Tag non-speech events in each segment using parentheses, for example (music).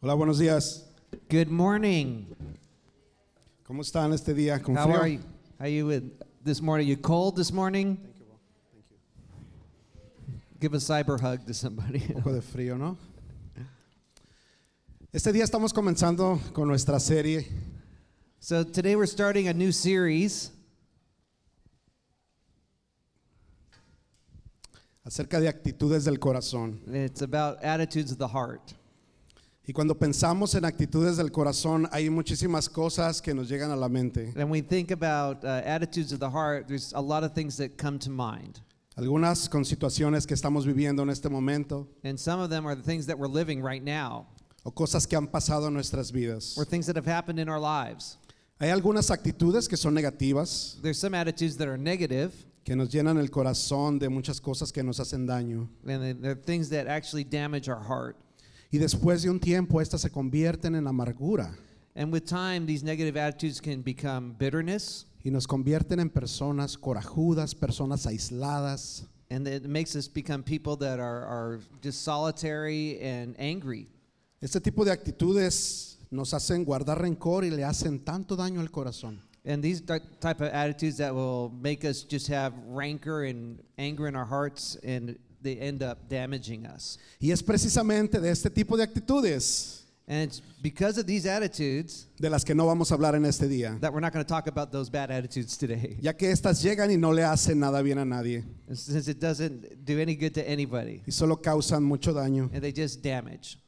Hola, buenos días. Good morning. ¿Cómo están este día? ¿Con How frío? are you? How you with this morning? You cold this morning? Thank you. Give a cyber hug to somebody. (laughs) Un poco de frío, ¿no? Este día estamos comenzando con nuestra serie so today we're starting a new series acerca de actitudes del corazón. and it's about attitudes of the heart. Y cuando pensamos en actitudes del corazón, hay muchísimas cosas que nos llegan a la mente. And we think about uh, attitudes of the heart, there's a lot of things that come to mind. Algunas con situaciones que estamos viviendo en este momento And some of them are the things that we're living right now o cosas que han pasado en nuestras vidas. or things that have happened in our lives. Hay algunas actitudes que son negativas, There's some attitudes that are negative que nos llenan el corazón de muchas cosas que nos hacen daño. and then there are things that actually damage our heart. Y después de un tiempo, estas se convierten en amargura. And with time, these negative attitudes can become bitterness, y nos convierten en personas corajudas, personas aisladas, and it makes us become people that are, are just solitary and angry. este tipo de actitudes nos hacen guardar rencor y le hacen tanto daño al corazón. And these ty- type of attitudes that will make us just have rancor and anger in our hearts, and they end up damaging us. Y es precisamente de este tipo de actitudes And it's because of these attitudes de las que no vamos a hablar en este día, that we're not going to talk about those bad attitudes today, ya que estas llegan y no le hacen nada bien a nadie (laughs) since it doesn't do any good to anybody, y solo causan mucho daño. and they just damage.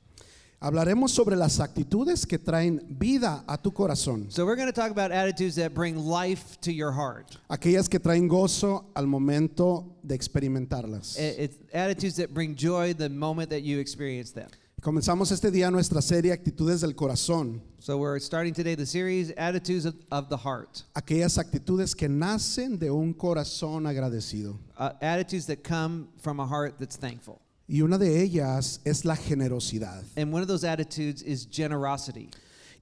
Hablaremos sobre las actitudes que traen vida a tu corazón, So we're going to talk about attitudes that bring life to your heart. aquellas que traen gozo al momento de experimentarlas. It- It's attitudes that bring joy the moment that you experience them. Comenzamos este día nuestra serie Actitudes del Corazón. So we're starting today the series Attitudes of, of the Heart. aquellas actitudes que nacen de un corazón agradecido. Uh, attitudes that come from a heart that's thankful. Y una de ellas es la generosidad. And one of those attitudes is generosity.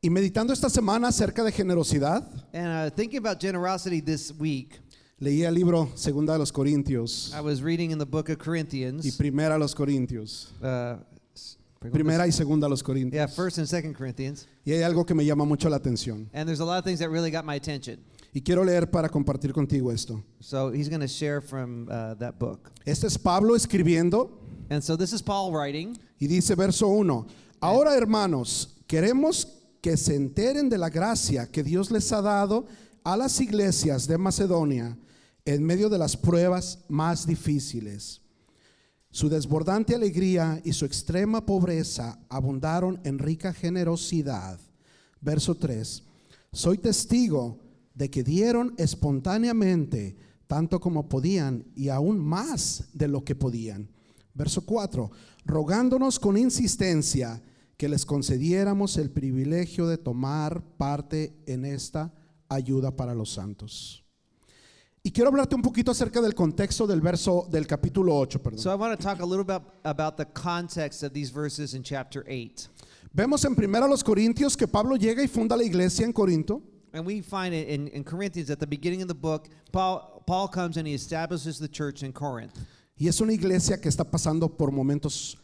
Y meditando esta semana acerca de generosidad, And uh, thinking about generosity this week, leía el libro Segunda de los Corintios I was reading in the book of y Corinthians. Primera a los Corintios. Uh, s- Primera y Segunda a los yeah, Corintios. first and second Corinthians. Y hay algo que me llama mucho la atención. And there's a lot of things that really got my attention. Y quiero leer para compartir contigo esto. So he's going to share from uh, that book. Este es Pablo escribiendo And so this is Paul writing. Y dice verso 1, ahora hermanos, queremos que se enteren de la gracia que Dios les ha dado a las iglesias de Macedonia en medio de las pruebas más difíciles. Su desbordante alegría y su extrema pobreza abundaron en rica generosidad. Verso 3. Soy testigo de que dieron espontáneamente tanto como podían y aún más de lo que podían. Verso 4. Rogándonos con insistencia que les concediéramos el privilegio de tomar parte en esta ayuda para los santos. Y quiero hablarte un poquito acerca del contexto del verso del capítulo 8, perdón. So I want to talk a little bit about the context of these verses in chapter 8. Vemos en primera los Corintios que Pablo llega y funda la iglesia en Corinto And we find it in, in Corinthians at the beginning of the book, Paul, Paul comes and he establishes the church in Corinth. y es una iglesia que está pasando por momentos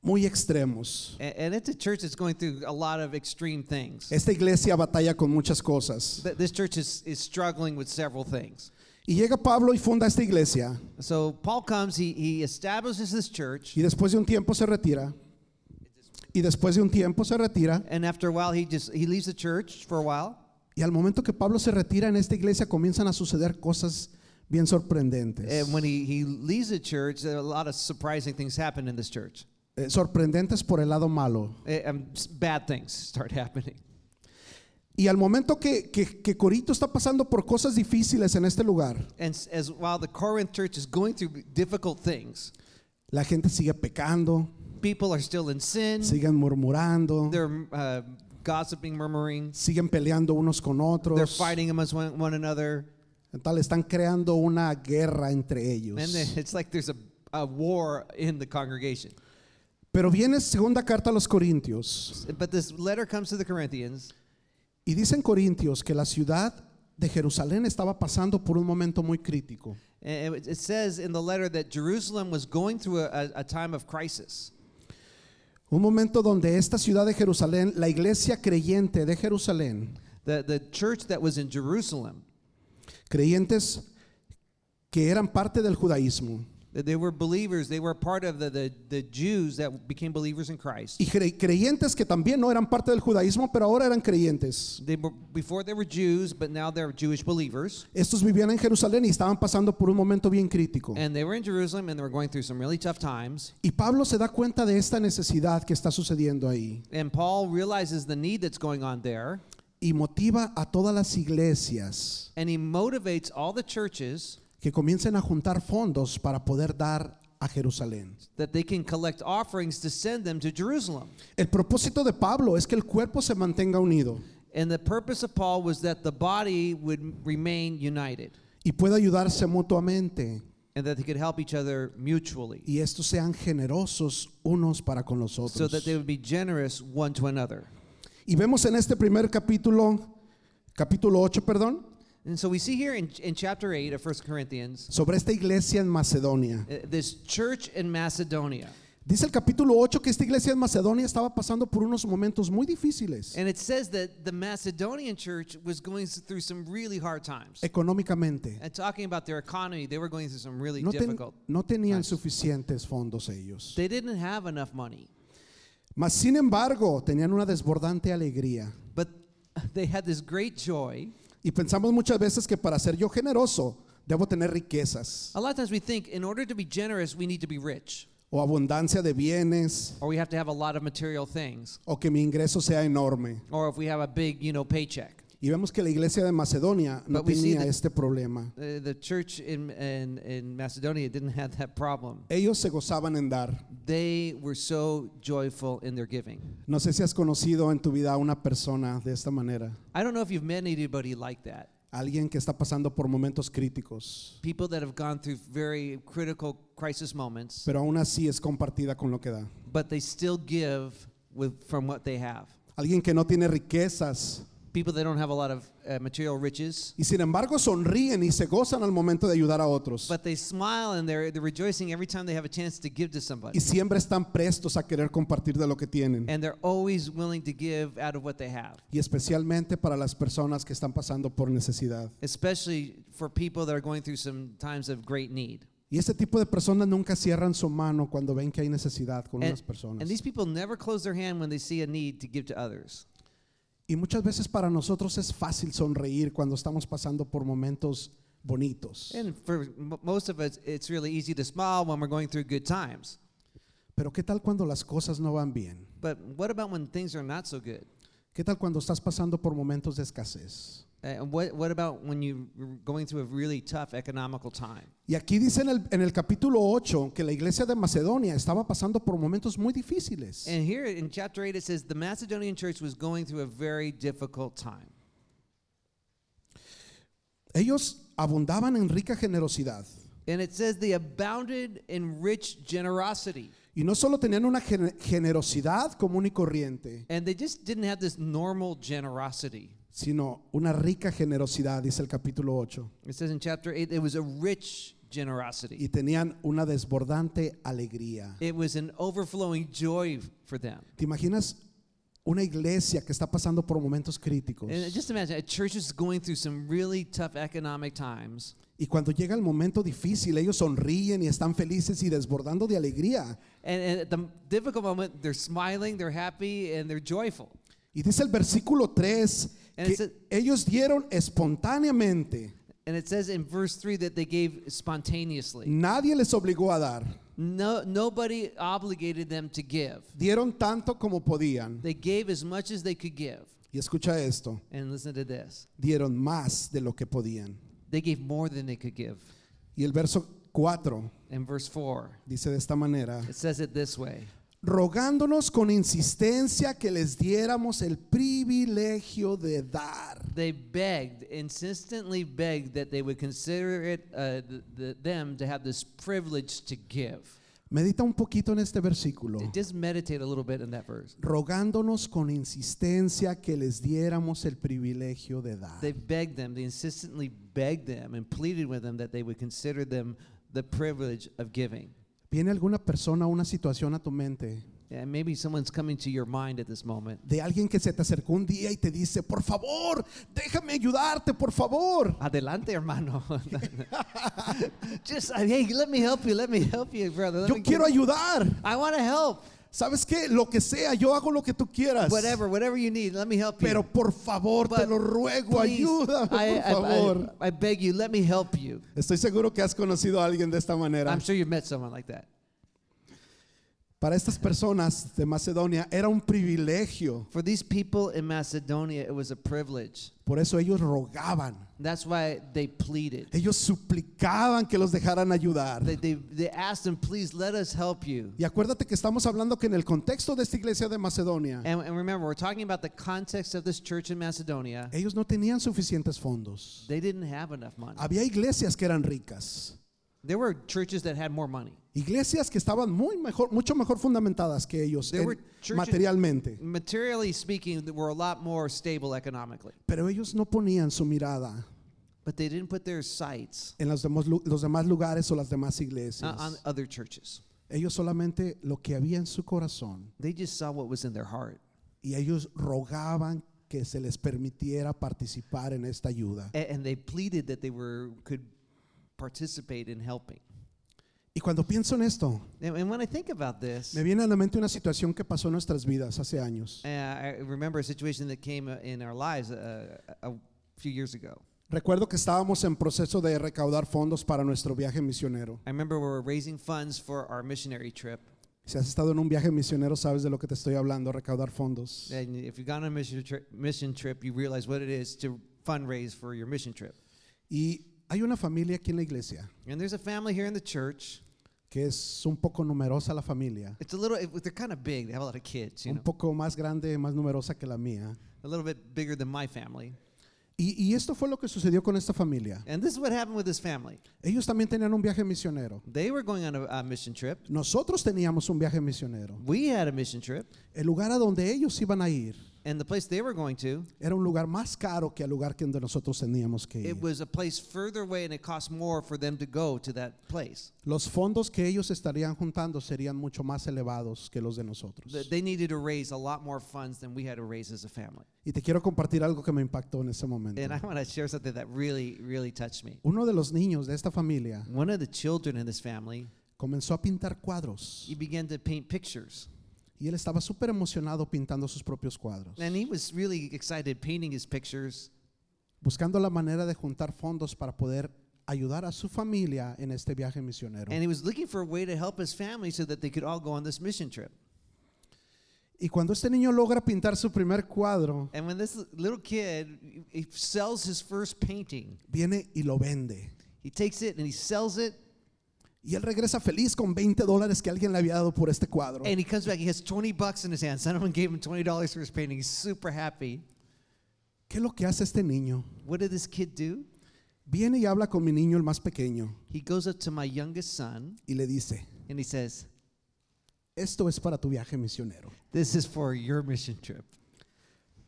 muy extremos. A- And, it's a church that's going through a lot of extreme things. Esta iglesia batalla con muchas cosas. Th- This church is, is struggling with several things. Y llega Pablo y funda esta iglesia So Paul comes, he, he establishes this church, y después de un tiempo se retira. Y después de un tiempo se retira. and after a while he just he leaves the church for a while. Y al momento que Pablo se retira en esta iglesia comienzan a suceder cosas bien sorprendentes. And when he, he leaves the church, there are a lot of surprising things happen in this church. Eh, Sorprendentes por el lado malo. Eh, um, s- bad things start (laughs) happening. Y al momento que, que, que Corinto está pasando por cosas difíciles en este lugar, And s- as while the Corinth church is going through difficult things, la gente sigue pecando, people are still in sin. siguen murmurando, Mm. They're uh, gossiping, murmuring. siguen peleando unos con They're otros. fighting amongst one, one another. Tal, están creando una guerra entre And then ellos. it's like there's a, a war in the congregation. Pero viene segunda carta a los Corintios But this letter comes to the Corinthians, y dicen Corintios que la ciudad de Jerusalén estaba pasando por un momento muy crítico. and it, it says in the letter that Jerusalem was going through a, a, a time of crisis. Un momento donde esta ciudad de Jerusalén, la iglesia creyente de Jerusalén, The, the church that was in Jerusalem, creyentes que eran parte del judaísmo that they were believers, they were part of the, the, the Jews that became believers in Christ. y cre- creyentes que también no eran parte del judaísmo, pero ahora eran creyentes. They were, before they were Jews, but now they're Jewish believers. Estos vivían en Jerusalén y estaban pasando por un momento bien crítico. And they were in Jerusalem and they were going through some really tough times. Y Pablo se da cuenta de esta necesidad que está sucediendo ahí And Paul realizes the need that's going on there. y motiva a todas las iglesias And he motivates all the churches que comiencen a juntar fondos para poder dar a Jerusalén. that they can collect offerings to send them to Jerusalem. El propósito de Pablo es que el cuerpo se mantenga unido And the purpose of Paul was that the body would remain united y pueda ayudarse mutuamente and that they could help each other mutually y estos sean generosos unos para con los so otros. that they would be generous one to another. Y vemos en este primer capítulo, capítulo 8, perdón, And so we see here in, in chapter 8 of 1 Corinthians sobre esta iglesia en Macedonia. uh, this church in Macedonia. Dice el capítulo 8 que esta iglesia en Macedonia estaba pasando por unos momentos muy difíciles. And it says that the Macedonian church was going through some really hard times. económicamente. And talking about their economy, they were going through some really No, ten- difficult. no tenían times. suficientes fondos ellos. They didn't have enough money, Mas sin embargo, tenían una desbordante alegría. but (laughs) they had this great joy. Y pensamos muchas veces que para ser yo generoso, debo tener riquezas A lot of times we think in order to be generous, we need to be rich, o abundancia de bienes or we have to have a lot of material things, o que mi ingreso sea enorme. or if we have a big, you know, paycheck. Y vemos que la iglesia de Macedonia no But we see tenía that- este problema. The, the church in, in, in Macedonia didn't have that problem. Ellos se gozaban en dar. They were so joyful in their giving. No sé si has conocido en tu vida a una persona de esta manera, I don't know if you've met anybody like that. alguien que está pasando por momentos críticos, People that have gone through very critical crisis moments, pero aún así es compartida con lo que da. but they still give with, from what they have. Alguien que no tiene riquezas, People that don't have a lot of uh, material riches, Y sin embargo sonríen y se gozan al momento de ayudar a otros. but they smile and they're, they're rejoicing every time they have a chance to give to somebody. Y siempre están prestos a querer compartir de lo que tienen. and they're always willing to give out of what they have, Y especialmente para las personas que están pasando por necesidad. especially for people that are going through some times of great need. Y este tipo de personas nunca cierran su mano cuando ven que hay necesidad con And- unas personas. And these people never close their hand when they see a need to give to others. Y muchas veces para nosotros es fácil sonreír cuando estamos pasando por momentos bonitos. And for m- most of us, it's really easy to smile when we're going through good times. Pero ¿qué tal cuando las cosas no van bien? But what about when things are not so good? ¿Qué tal cuando estás pasando por momentos de escasez? Uh, And what, what about when you're going through a really tough economical time? Y aquí dice en el, en el capítulo 8 que la iglesia de Macedonia estaba pasando por momentos muy difíciles. And here in chapter 8, it says the Macedonian church was going through a very difficult time. Ellos abundaban en rica generosidad. And it says they abounded in rich generosity. Y no solo tenían una gen- generosidad común y corriente, And they just didn't have this normal generosity. sino una rica generosidad, dice el capítulo 8. It says in chapter 8, it was a rich generosity. Y tenían una desbordante alegría. It was an overflowing joy for them. ¿Te imaginas una iglesia que está pasando por momentos críticos? And just imagine, a church is going through some really tough economic times. Y cuando llega el momento difícil, ellos sonríen y están felices y desbordando de alegría. And, and at the difficult moment, they're smiling, they're happy, and they're joyful. Y dice el versículo 3 And it que says- ellos dieron espontáneamente. And it says in verse 3 that they gave spontaneously. Nadie les obligó a dar. No, nobody obligated them to give. Dieron tanto como podían. They gave as much as they could give. Y escucha esto. And listen to this Dieron más de lo que podían. they gave more than they could give. Y el verso 4 In verse 4, dice de esta manera. It says it this way Rogándonos con insistencia que les diéramos el privilegio de dar. They begged, insistently begged, that they would consider it uh, th- th- them to have this privilege to give. Medita un poquito en este versículo. Just meditate a little bit in that verse. Rogándonos con insistencia que les diéramos el privilegio de dar. They begged them, they insistently begged them and pleaded with them that they would consider them the privilege of giving. ¿Viene alguna persona o una situación a tu mente And maybe someone's coming to your mind at this moment. de alguien que se te acercó un día y te dice, por favor, déjame ayudarte, por favor. Adelante, hermano. (laughs) Just, uh, hey, let me help you. Let me help you, brother. Let Yo me get- quiero ayudar. I want to help. ¿Sabes qué? Lo que sea, yo hago lo que tú quieras. Whatever, whatever you need, let me help you. Pero por favor, te But lo ruego, Please, ayúdame, I, por I- I- favor. I beg you, let me help you. Estoy seguro que has conocido a alguien de esta manera. I'm sure you've met someone like that. Para estas personas de Macedonia era un privilegio. For these people in Macedonia, it was a privilege. Por eso ellos rogaban. That's why they pleaded. Ellos suplicaban que los dejaran ayudar. They, they, they asked them, please let us help you. Y acuérdate que estamos hablando que en el contexto de esta iglesia de Macedonia, And, and remember, we're talking about the context of this church in Macedonia. ellos no tenían suficientes fondos. They didn't have enough money. Había iglesias que eran ricas, There were churches that had more money. iglesias que estaban muy mejor, mucho mejor fundamentadas que ellos There en- were churches- materialmente, Materially speaking, they were a lot more stable economically. pero ellos no ponían su mirada But they didn't put their sights en los demás, lu- los demás lugares o las demás Uh, on, iglesias. on other churches. Ellos solamente lo que había en su corazón They just saw what was in their heart. y ellos rogaban que se les permitiera participar en esta ayuda. A- and they pleaded that they were could participate in helping. Y cuando pienso en esto, And, and when I think about this, me viene a la mente una situación que pasó en nuestras vidas hace años. uh, I remember a situation that came uh, in our lives uh, a, a few years ago. Recuerdo que estábamos en proceso de recaudar fondos para nuestro viaje misionero. I remember we were raising funds for our missionary trip, Si has estado en un viaje misionero, sabes de lo que te estoy hablando, recaudar fondos. and if you've gone on a mission trip, mission trip, you realize what it is to fundraise for your mission trip. Y hay una familia aquí en la iglesia, And there's a family here in the church. que es un poco numerosa la familia, It's a little. it- They're kind of big. They have a lot of kids. You un know, poco más grande, más numerosa que la mía. a little bit bigger than my family. Y, y esto fue lo que sucedió con esta familia. And this is what happened with this family. Ellos también tenían un viaje misionero. They were going on a, a mission trip. Nosotros teníamos un viaje misionero. We had a mission trip, El lugar a donde ellos iban a ir and the place they were going to, era un lugar más caro que el lugar que donde nosotros teníamos que it ir. was a place further away, and it cost more for them to go to that place. Los fondos que ellos estarían juntando serían mucho más elevados que los de nosotros. Th- They needed to raise a lot more funds than we had to raise as a family. Y te quiero compartir algo que me impactó en ese momento. And I want to share something that really, really touched me. Uno de los niños de esta familia One of the children in this family, comenzó a pintar cuadros he began to paint pictures, y él estaba súper emocionado pintando sus propios cuadros, and he was really excited painting his pictures. buscando la manera de juntar fondos para poder ayudar a su familia en este viaje misionero. And he was looking for a way to help his family so that they could all go on this mission trip. Y cuando este niño logra pintar su primer cuadro, And when this little kid he sells his first painting, viene y lo vende. he takes it and he sells it Y él regresa feliz con 20 dólares que alguien le había dado por este cuadro. And he comes back. He has twenty bucks in his hand. (laughs) Someone gave him twenty dollars for his painting. He's super happy. ¿Qué es lo que hace este niño? What did this kid do? Viene y habla con mi niño, el más pequeño, He goes up to my youngest son y le dice, and he says, esto es para tu viaje misionero. "This is for your mission trip."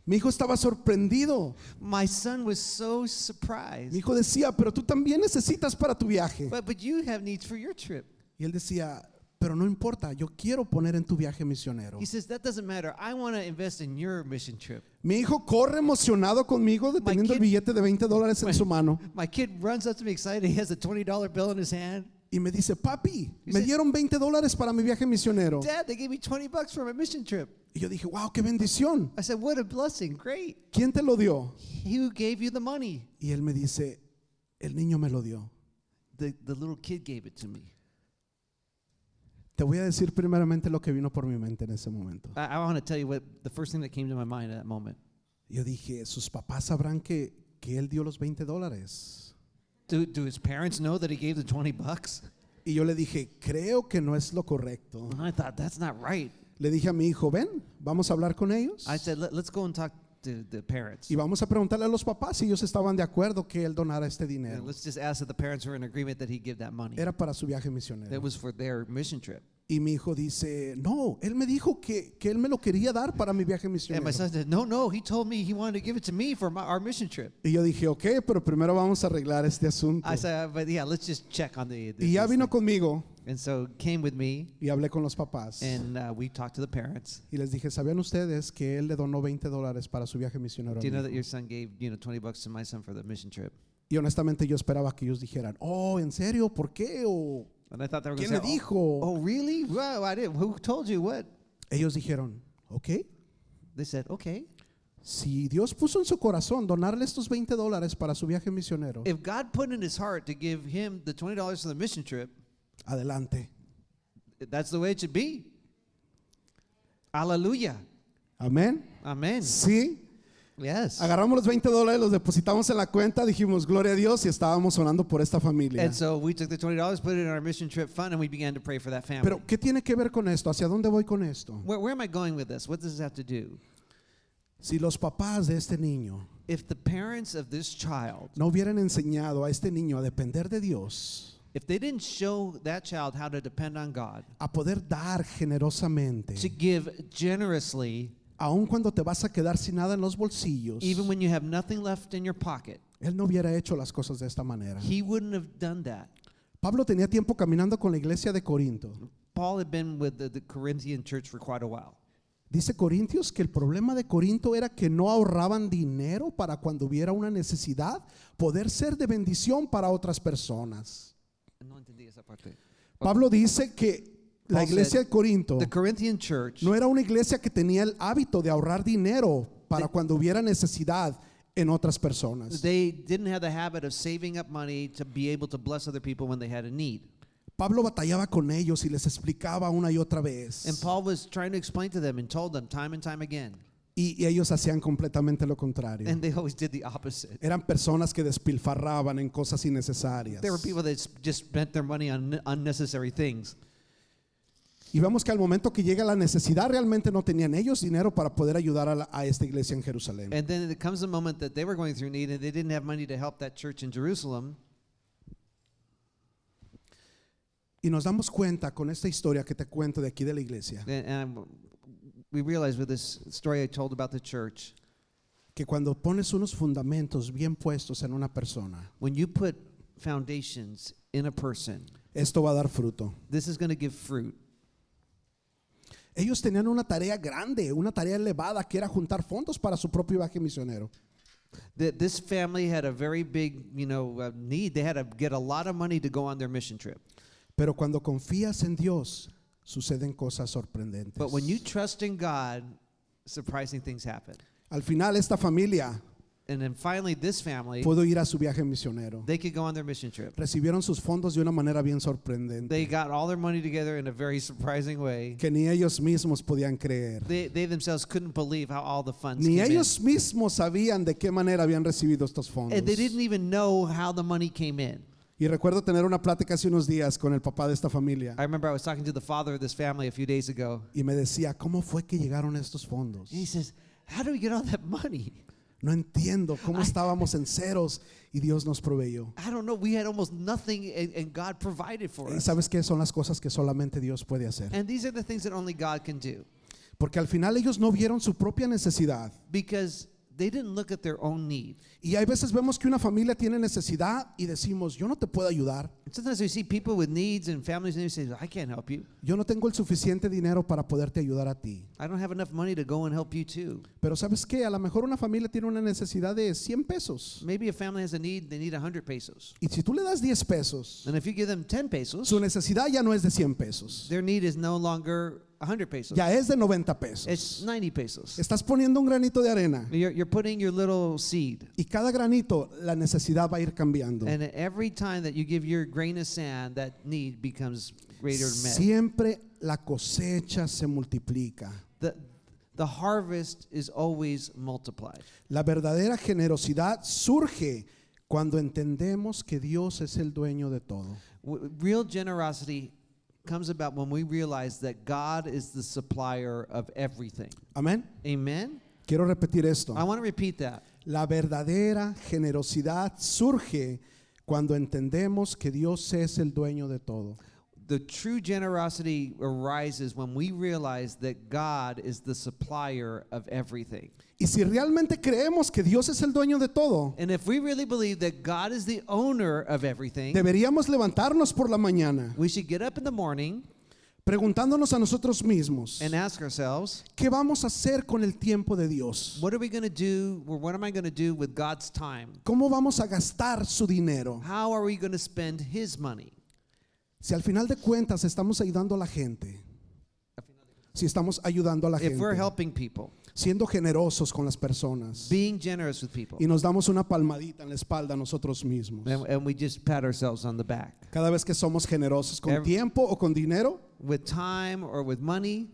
Mi hijo estaba sorprendido. My son was so Mi surprised. hijo decía, pero tú también necesitas para tu viaje. But but you have needs for your trip. Y él decía, pero no importa, yo quiero poner en tu viaje misionero. He says that doesn't matter. I want to invest in your mission trip. Mi hijo corre emocionado conmigo deteniendo el kid- billete de 20 dólares en Bueno. su mano My kid runs up to me excited. (laughs) He has a twenty dollar bill in his hand. y me dice, papi, me said- dieron 20 dólares para mi viaje misionero. Dad, they gave me twenty bucks for my mission trip. Y yo dije, wow, qué bendición. I said, "What a blessing! Great. ¿Quién te lo dio? Who gave you the money?" Y él me dice, el niño me lo dio. The the little kid gave it to me. Te voy a decir primeramente lo que vino por mi mente en ese momento. I, I want to tell you what the first thing that came to my mind at that moment. Yo dije, sus papás sabrán que, que él dio los 20 dólares. Do, do his parents know that he gave the 20 bucks? Y yo le dije, creo que no es lo correcto. And I thought, that's not right. Le dije a mi hijo, ven, vamos a hablar con ellos. I said, Let, let's go and talk to the parents. Y vamos a preguntarle a los papás si ellos estaban de acuerdo que él donara este And dinero. let's just ask that the parents were in agreement that he give that money. Era para su viaje misionero. That was for their mission trip. Y mi hijo dice, no, él me dijo que, que él me lo quería dar para mi viaje And my misionero. son said, No, no, he told me he wanted to give it to me for my, our mission trip. Y yo dije, ok, pero primero vamos a arreglar este asunto. I said, uh, But yeah, let's just check on the. the Y ya this vino thing." conmigo And so came with me, y hablé con los papás. and uh, we talked to the parents. Y les dije, ¿sabían ustedes que él le donó 20 dólares para su viaje misionero? a Do you mi know hijo?" that your son gave you know twenty bucks to my son for the mission trip? Y honestamente yo esperaba que ellos dijeran, oh, ¿en serio? ¿Por qué? O, And I thought they were going ¿Quién to le say, dijo? Oh, "Oh, really? Wow, I didn't. Who told you what?" Ellos dijeron, ok, They said, "Okay, si Dios puso en su corazón donarle estos 20 dólares para su viaje misionero, if God put in His heart to give him the twenty dollars for the mission trip, adelante. that's the way it should be." Hallelujah, Amén. Amen. Sí. Yes. Agarramos los 20 dólares, los depositamos en la cuenta, dijimos, gloria a Dios y estábamos orando por esta familia. And so we took the twenty dollars, put it in our mission trip fund, and we began to pray for that family. Pero, ¿qué tiene que ver con esto? ¿Hacia dónde voy con esto? where, where am I going with this? What does this have to do? Si los papás de este niño If the parents of this child, no hubieran enseñado a este niño a depender de Dios, if they didn't show that child how to depend on God, a poder dar generosamente, to give generously, aun cuando te vas a quedar sin nada en los bolsillos, even when you have nothing left in your pocket, él no hubiera hecho las cosas de esta manera. he wouldn't have done that. Pablo tenía tiempo caminando con la iglesia de Corinto. Paul had been with the, the Corinthian church for quite a while. Dice Corintios que el problema de Corinto era que no ahorraban dinero para cuando hubiera una necesidad poder ser de bendición para otras personas. No entendí esa parte. Pablo dice que la Paul iglesia said, de Corinto The Corinthian church Oh. no era una iglesia que tenía el hábito de ahorrar dinero para cuando hubiera necesidad en otras personas. They didn't have the habit of saving up money to be able to bless other people when they had a need. Pablo batallaba con ellos y les explicaba una y otra And vez. Paul was trying to explain to them and told them time and time again. Y, y ellos hacían completamente lo contrario. And they always did the opposite. Eran personas que despilfarraban en cosas innecesarias. There were people that s- just spent their money on unnecessary things. Y vemos que al momento que llega la necesidad, realmente no tenían ellos dinero para poder ayudar a, la- a esta iglesia en Jerusalén. And then it comes a moment that they were going through need and they didn't have money to help that church in Jerusalem. Y nos damos cuenta con esta historia que te cuento de aquí de la iglesia, And, and we realized with this story I told about the church, que cuando pones unos fundamentos bien puestos en una persona, when you put foundations in a person, esto va a dar fruto. this is going to give fruit. Ellos tenían una tarea grande, una tarea elevada, que era juntar fondos para su propio viaje misionero. that this family had a very big you know uh, need they had to get a lot of money to go on their mission trip Pero cuando confías en Dios, suceden cosas sorprendentes. but when you trust in god surprising things happen Al final esta familia and then finally this family pudo ir a su viaje misionero. they could go on their mission trip Recibieron sus fondos de una manera bien sorprendente. they got all their money together in a very surprising way que ni ellos mismos podían creer. they, they themselves couldn't believe how all the funds Ni came in. ellos mismos sabían de qué manera habían recibido estos fondos. and Eh, they didn't even know how the money came in Y recuerdo tener una plática hace unos días con el papá de esta familia i remember i was talking to the father of this family a few days ago y me decía, ¿cómo fue que llegaron estos fondos? and he says how do we get all that money No entiendo cómo estábamos en ceros y Dios nos proveyó. i don't know we had almost nothing and, and god provided for Y us sabes qué son las cosas que solamente Dios puede hacer. And these are the things that only God can do Porque al final ellos no vieron su propia necesidad. because they didn't look at their own need. Y hay veces vemos que una familia tiene necesidad y decimos, yo no te puedo ayudar. And sometimes we see people with needs and families and they say, I can't help you. Yo no tengo el suficiente dinero para poderte ayudar a ti. I don't have enough money to go and help you too. Pero sabes qué, a lo mejor una familia tiene una necesidad de 100 pesos. Maybe a family has a need, they need 100 pesos. Y si tú le das 10 pesos, And if you give them 10 pesos, su necesidad ya no es de 100 pesos, their need is no longer 100 pesos. ya es de 90 It's pesos. 90 pesos. Estás poniendo un granito de arena You're, you're putting your little seed. y cada granito la necesidad va a ir cambiando. And every time that you give your grain of sand, that need becomes greater and met. Siempre la cosecha se multiplica. The, the harvest is always multiplied. La verdadera generosidad surge cuando entendemos que Dios es el dueño de todo. W- Real generosity comes about when we realize that God is the supplier of everything. Amén. Amen? Quiero repetir esto. I want to repeat that. La verdadera generosidad surge cuando entendemos que Dios es el dueño de todo. the true generosity arises when we realize that God is the supplier of everything. Y si realmente creemos que Dios es el dueño de todo, And if we really believe that God is the owner of everything, deberíamos levantarnos por la mañana we should get up in the morning preguntándonos a nosotros mismos, and ask ourselves, ¿qué vamos a hacer con el tiempo de Dios? what are we going to do or what am I going to do with God's time? ¿Cómo vamos a gastar su dinero? How are we going to spend his money? Si al final de cuentas estamos ayudando a la gente, si estamos ayudando a la If we're gente, helping people, siendo generosos con las personas being generous with people, y nos damos una palmadita en la espalda a nosotros mismos. and, and we just pat ourselves on the back Cada vez que somos generosos con Every- tiempo o con dinero, with time or with money,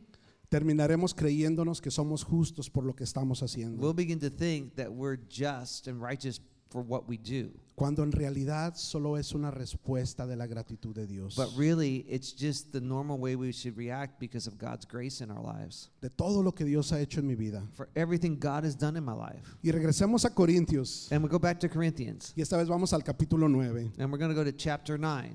terminaremos creyéndonos que somos justos por lo que estamos haciendo, we'll begin to think that we're just and righteous for what we do. cuando en realidad solo es una respuesta de la gratitud de Dios, But really, it's just the normal way we should react because of God's grace in our lives. de todo lo que Dios ha hecho en mi vida. For everything God has done in my life. Y regresemos a Corintios, And we go back to Corinthians, y esta vez vamos al capítulo 9. and we're going to go to chapter 9.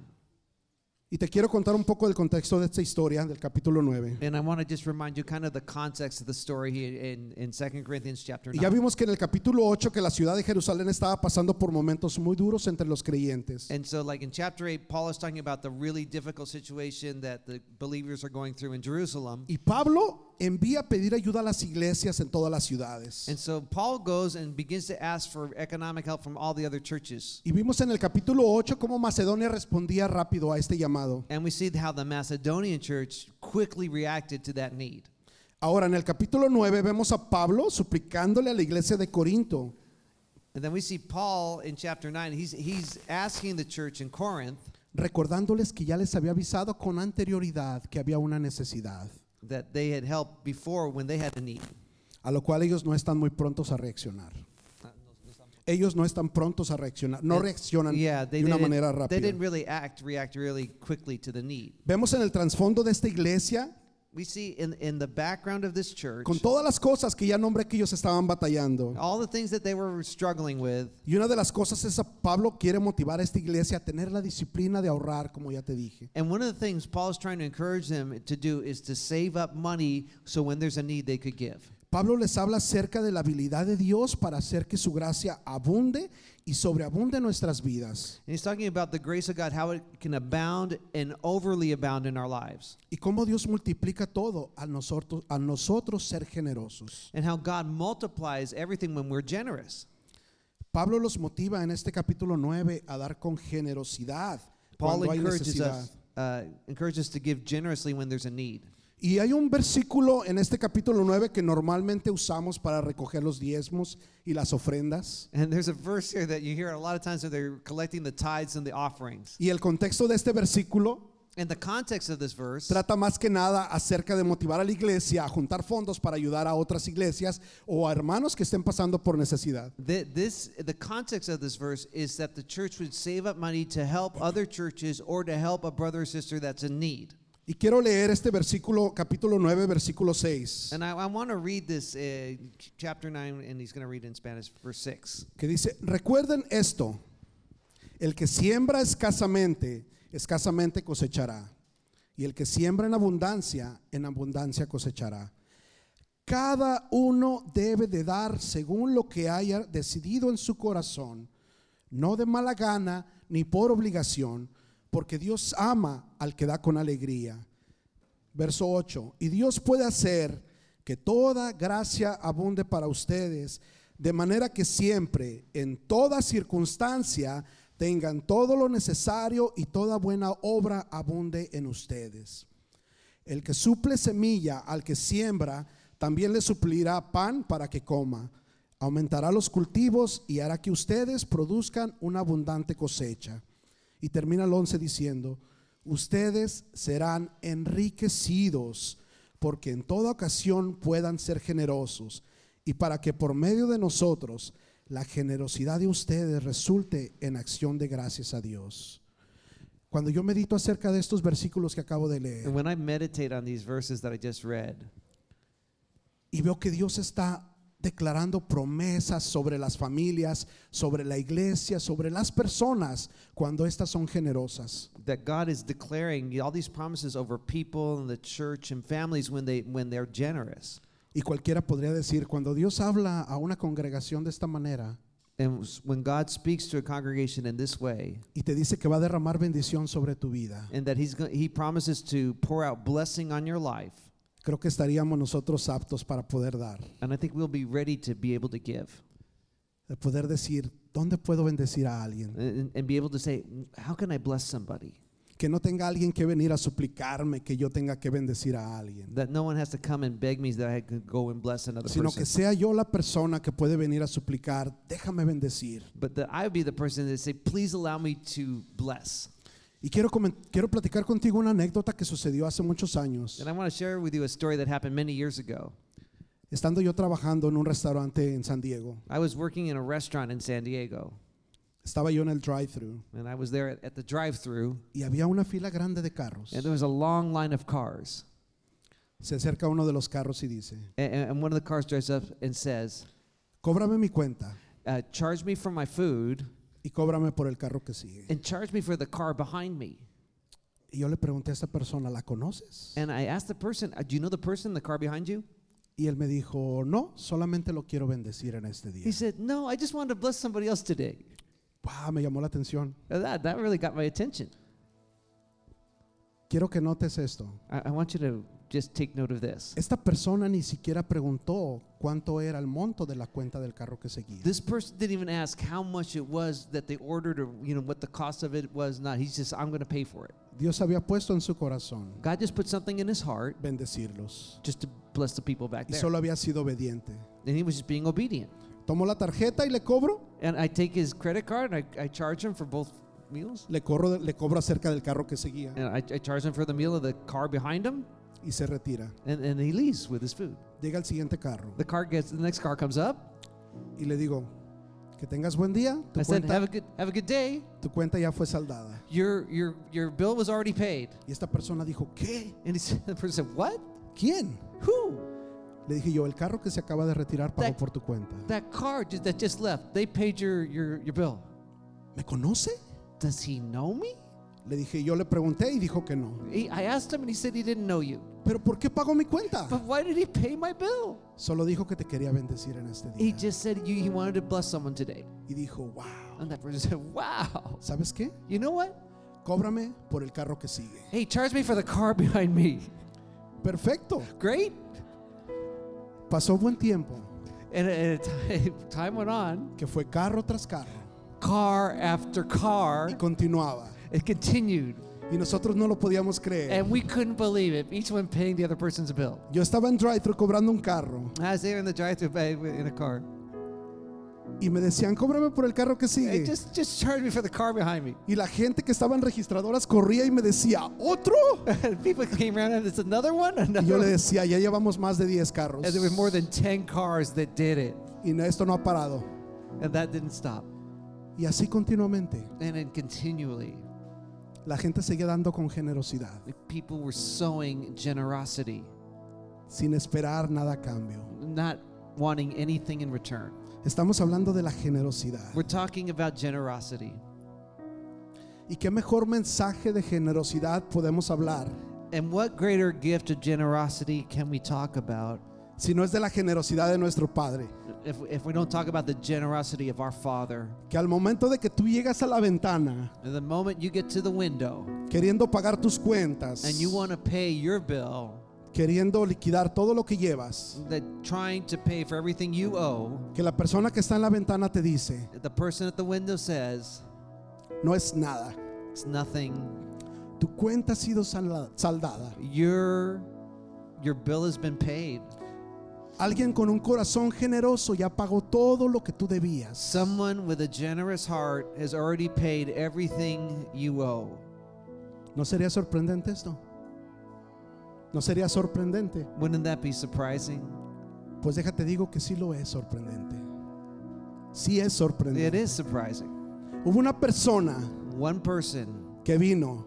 Y te quiero contar un poco del contexto de esta historia, del capítulo 9. And I want to just remind you kind of the context of the story here in, in 2 Corinthians chapter Y ya 9. vimos que en el capítulo 8 que la ciudad de Jerusalén estaba pasando por momentos muy duros entre los creyentes. And so, like in chapter 8, Paul is talking about the really difficult situation that the believers are going through in Jerusalem. Y Pablo envía a pedir ayuda a las iglesias en todas las ciudades. And so, Paul goes and begins to ask for economic help from all the other churches. Y vimos en el capítulo 8 cómo Macedonia respondía rápido a este llamado. And we see how the Macedonian church quickly reacted to that need. Ahora, en el capítulo 9 vemos a Pablo suplicándole a la iglesia de Corinto. And then we see Paul in chapter 9, he's, he's asking the church in Corinth recordándoles que ya les había avisado con anterioridad que había una necesidad, that they had helped before when they had a need. a lo cual ellos no están muy prontos a reaccionar. Ellos no están prontos a reaccionar, no reaccionan Eh, yeah, they de una didn't- manera They didn't rápida. really act, react really quickly to the need. Vemos en el trasfondo de esta iglesia, We see in, in the background of this church con todas las cosas que ya nombré que ellos estaban batallando. all the things that they were struggling with. Y una de las cosas es a Pablo quiere motivar a esta iglesia a tener la disciplina de ahorrar, como ya te dije. And one of the things Paul is trying to encourage them to do is to save up money so when there's a need they could give. Pablo les habla acerca de la habilidad de Dios para hacer que su gracia abunde y sobreabunde en nuestras vidas. And he's talking about the grace of God, how it can abound and overly abound in our lives. Y cómo Dios multiplica todo a nosotros, a nosotros ser generosos. and how God multiplies everything when we're generous. Pablo los motiva en este capítulo 9 a dar con generosidad Paul cuando hay encourages necesidad. us, uh, encourages us to give generously when there's a need. Y hay un versículo en este capítulo 9 que normalmente usamos para recoger los diezmos y las ofrendas. And there's a verse here that you hear a lot of times when they're collecting the tithes and the offerings. Y el contexto de este versículo And the context of this verse trata más que nada acerca de motivar a la iglesia a juntar fondos para ayudar a otras iglesias o a hermanos que estén pasando por necesidad. Th- this the context of this verse is that the church would save up money to help other churches or to help a brother or sister that's in need. Y quiero leer este versículo, capítulo 9, versículo 6. And I, I want to read this uh, ch- chapter nine, and he's going to read it in Spanish, verse six. que dice, recuerden esto, el que siembra escasamente, escasamente cosechará, y el que siembra en abundancia, en abundancia cosechará. Cada uno debe de dar según lo que haya decidido en su corazón, no de mala gana ni por obligación, porque Dios ama al que da con alegría. Verso 8. Y Dios puede hacer que toda gracia abunde para ustedes, de manera que siempre, en toda circunstancia, tengan todo lo necesario y toda buena obra abunde en ustedes. El que suple semilla al que siembra, también le suplirá pan para que coma. Aumentará los cultivos y hará que ustedes produzcan una abundante cosecha. Y termina el 11 diciendo, ustedes serán enriquecidos porque en toda ocasión puedan ser generosos y para que por medio de nosotros la generosidad de ustedes resulte en acción de gracias a Dios. Cuando yo medito acerca de estos versículos que acabo de leer, And when I meditate on these verses that I just read, y veo que Dios está declarando promesas sobre las familias, sobre la iglesia, sobre las personas, cuando estas son generosas. that God is declaring all these promises over people and the church and families when they when they're generous. Y cualquiera podría decir, cuando Dios habla a una congregación de esta manera And s- when God speaks to a congregation in this way, y te dice que va a derramar bendición sobre tu vida, and that He's go- He promises to pour out blessing on your life, creo que estaríamos nosotros aptos para poder dar, and I think we'll be ready to be able to give de poder decir, ¿dónde puedo bendecir a alguien? and, and be able to say, "How can I bless somebody?" Que no tenga alguien que venir a suplicarme que yo tenga que bendecir a alguien, That no one has to come and beg me that I could go and bless another sino que person, sea yo la persona que puede venir a suplicar, déjame bendecir. but that I would be the person that say, "Please allow me to bless." Y quiero, comen- quiero platicar contigo una anécdota que sucedió hace muchos años. And I want to share with you a story that happened many years ago. Estando yo trabajando en un restaurante en San Diego, I was working in a restaurant in San Diego, estaba yo en el drive-thru and I was there at, at the drive-through, y había una fila grande de carros. and there was a long line of cars. Se acerca uno de los carros y dice, A- a- And, one of the cars drives up and says, cóbrame mi cuenta uh, "Charge me for my food, y cóbrame por el carro que sigue. and charge me for the car behind me." Y yo le pregunté a esta persona, ¿la conoces? And I asked the person, "Uh, "Do you know the person in the car behind you?" Y él me dijo, no, solamente lo quiero bendecir en este día. He said, "No, I just wanted to bless somebody else today." Wow, me llamó la atención. Now that that really got my attention. Quiero que notes esto. I, I want you to just take note of this. Esta persona ni siquiera preguntó cuánto era el monto de la cuenta del carro que seguía. This person didn't even ask how much it was that they ordered, or you know what the cost of it was. Not. He's just, "I'm going to pay for it." Dios había puesto en su corazón God just put something in his heart bendecirlos. just to bless the people back Y there. solo había sido obediente. and he was just being obedient. Tomó la tarjeta y le cobro. And I take his credit card and I, I charge him for both meals. Le, corro, le cobro acerca del carro que seguía. And I, I charge him for the meal of the car behind him. Y se retira. And, and he leaves with his food. Llega al siguiente carro. The car gets the next car comes up. Y le digo, que tengas buen día. Tu I said, cuenta, have a good have a good day. tu cuenta ya fue saldada. Your your your bill was already paid. Y esta persona dijo, ¿qué? And he (laughs) said, the person said, What? ¿Quién? Who? Le dije yo, el carro que se acaba de retirar pagó That- por tu cuenta. That car ju- that just left. They paid your your your bill. ¿Me conoce? Does he know me? Le dije, yo le pregunté y dijo que no. He, I asked him and he said he didn't know you. ¿Pero por qué pagó mi cuenta? But why did he pay my bill? Solo dijo que te quería bendecir en este He día. just said you, he wanted to bless someone today. Y dijo, wow. And that person (laughs) said, Wow. ¿Sabes qué? You know what? Cóbrame por el carro que sigue. Hey, charge me for the car (laughs) behind me. Perfecto. Great. Pasó buen tiempo, And, and (laughs) time, time went on, que fue carro tras carro car after car. y continuaba. It continued. Y nosotros no lo podíamos creer. And we couldn't believe it. Each one paying the other person's bill. Yo estaba en drive-thru cobrando un carro I was there in the drive thru in a car. y me decían, cóbrame por el carro que Hey, sigue. Eh, just, just charge me for the car behind me. (laughs) Y la gente que estaba en registradoras corría y me decía, ¿otro? And people came around and it's another one, (laughs) Y another yo le one. decía, ya llevamos más de 10 carros. And there was more than 10 cars that did it. Y no- esto no ha parado. And that didn't stop. Y así continuamente. And then continually, La gente seguía dando con generosidad, people were sowing generosity. sin esperar nada a cambio. not wanting anything in return. Estamos hablando de la generosidad. We're talking about generosity. ¿Y qué mejor mensaje de generosidad podemos hablar And what greater gift of generosity can we talk about si no es de la generosidad de nuestro Padre? if, if we don't talk about the generosity of our Father? Que al momento de que tú llegas a la ventana And the moment you get to the window queriendo pagar tus cuentas, and you want to pay your bill, queriendo liquidar todo lo que llevas, that trying to pay for everything you owe, que la persona que está en la ventana te dice, the person at the window says, no es nada, it's nothing. tu cuenta ha sido salda- saldada. Your your bill has been paid. Alguien con un corazón generoso ya pagó todo lo que tú debías. Someone with a generous heart has already paid everything you owe. ¿No sería sorprendente esto? ¿No sería sorprendente? Wouldn't that be surprising? Pues déjate digo que sí lo es sorprendente. Sí es sorprendente. It is surprising. Hubo una persona One person que vino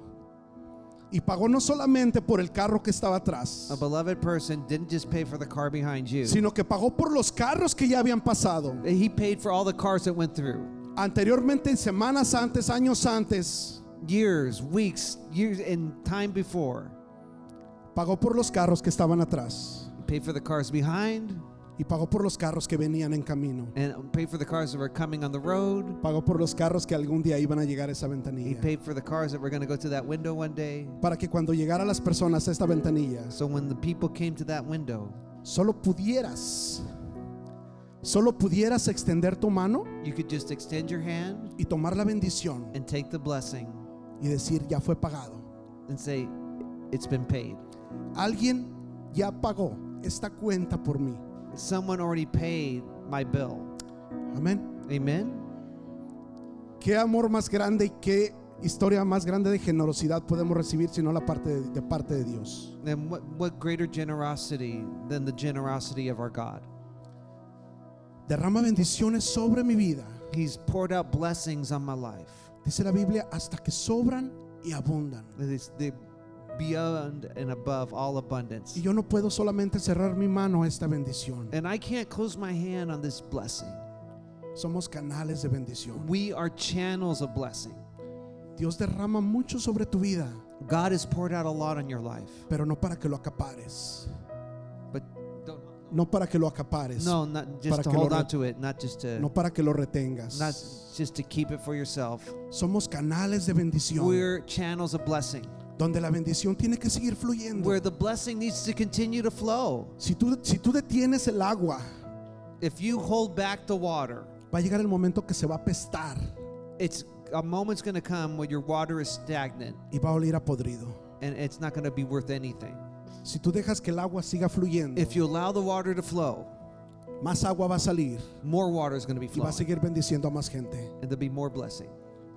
y pagó no solamente por el carro que estaba atrás, A beloved person didn't just pay for the car behind you. sino que pagó por los carros que ya habían pasado. He paid for all the cars that went through. Anteriormente, semanas antes, años antes, Years, weeks, years and time before. pagó por los carros que estaban atrás Paid for the cars behind y pagó por los carros que venían en camino. and paid for the cars that were coming on the road. Pagó por los carros que algún día iban a llegar a esa He ventanilla. paid for the cars that were going to go through that window one day. Para que cuando llegara las personas a esta ventanilla, So when the people came to that window, solo pudieras, solo pudieras extender tu mano you could just extend your hand y tomar la bendición and take the blessing y decir, ya fue pagado. and say, It's been paid. Alguien ya pagó esta cuenta por mí. Someone already paid my bill. Amén. Amen? Qué amor más grande y qué historia más grande de generosidad podemos recibir si no la parte de, de parte de Dios. Then what, what greater generosity than the generosity of our God? Derrama bendiciones sobre mi vida. He's poured out blessings on my life. Dice la Biblia hasta que sobran y abundan. It is the beyond and above all abundance. Y yo no puedo solamente cerrar mi mano a esta bendición. And I can't close my hand on this blessing. Somos canales de bendición. We are channels of blessing. Dios derrama mucho sobre tu vida, God has poured out a lot on your life, pero no para que lo acapares. but don't, No para que lo acapares. no, not just para to que lo hold re- on to it, not just to, No para que lo not retengas. just to keep it for yourself. Somos canales de bendición. We're channels of blessing, donde la bendición tiene que seguir fluyendo. where the blessing needs to continue to flow. Si tú, si tú detienes el agua, If you hold back the water, va a llegar el momento que se va a pestar it's a moment's going to come when your water is stagnant y va a oler a podrido. and it's not going to be worth anything. Si tú dejas que el agua siga fluyendo, If you allow the water to flow, más agua va a salir more water is going to be y va a flowing, seguir bendiciendo a más gente. and there'll be more blessing.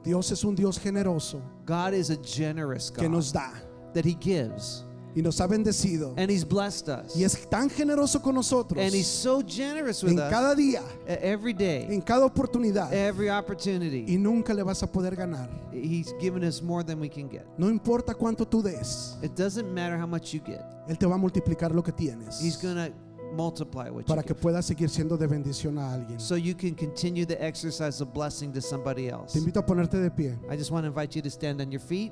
Dios es un Dios generoso God is a generous que God nos da that He gives, y nos ha bendecido. and He's blessed us, Y es tan generoso con nosotros and He's so generous en with us cada día, e- every day, en cada oportunidad. every Y opportunity. nunca le vas a poder ganar. He's given us more than we can get. No importa cuánto tú des, It doesn't matter how much you get; Él te va a multiplicar lo que tienes. He's gonna multiply what you para que get, puedas seguir siendo de bendición a alguien. so you can continue to exercise the blessing to somebody Te else. invito a ponerte de pie. I just want to invite you to stand on your feet.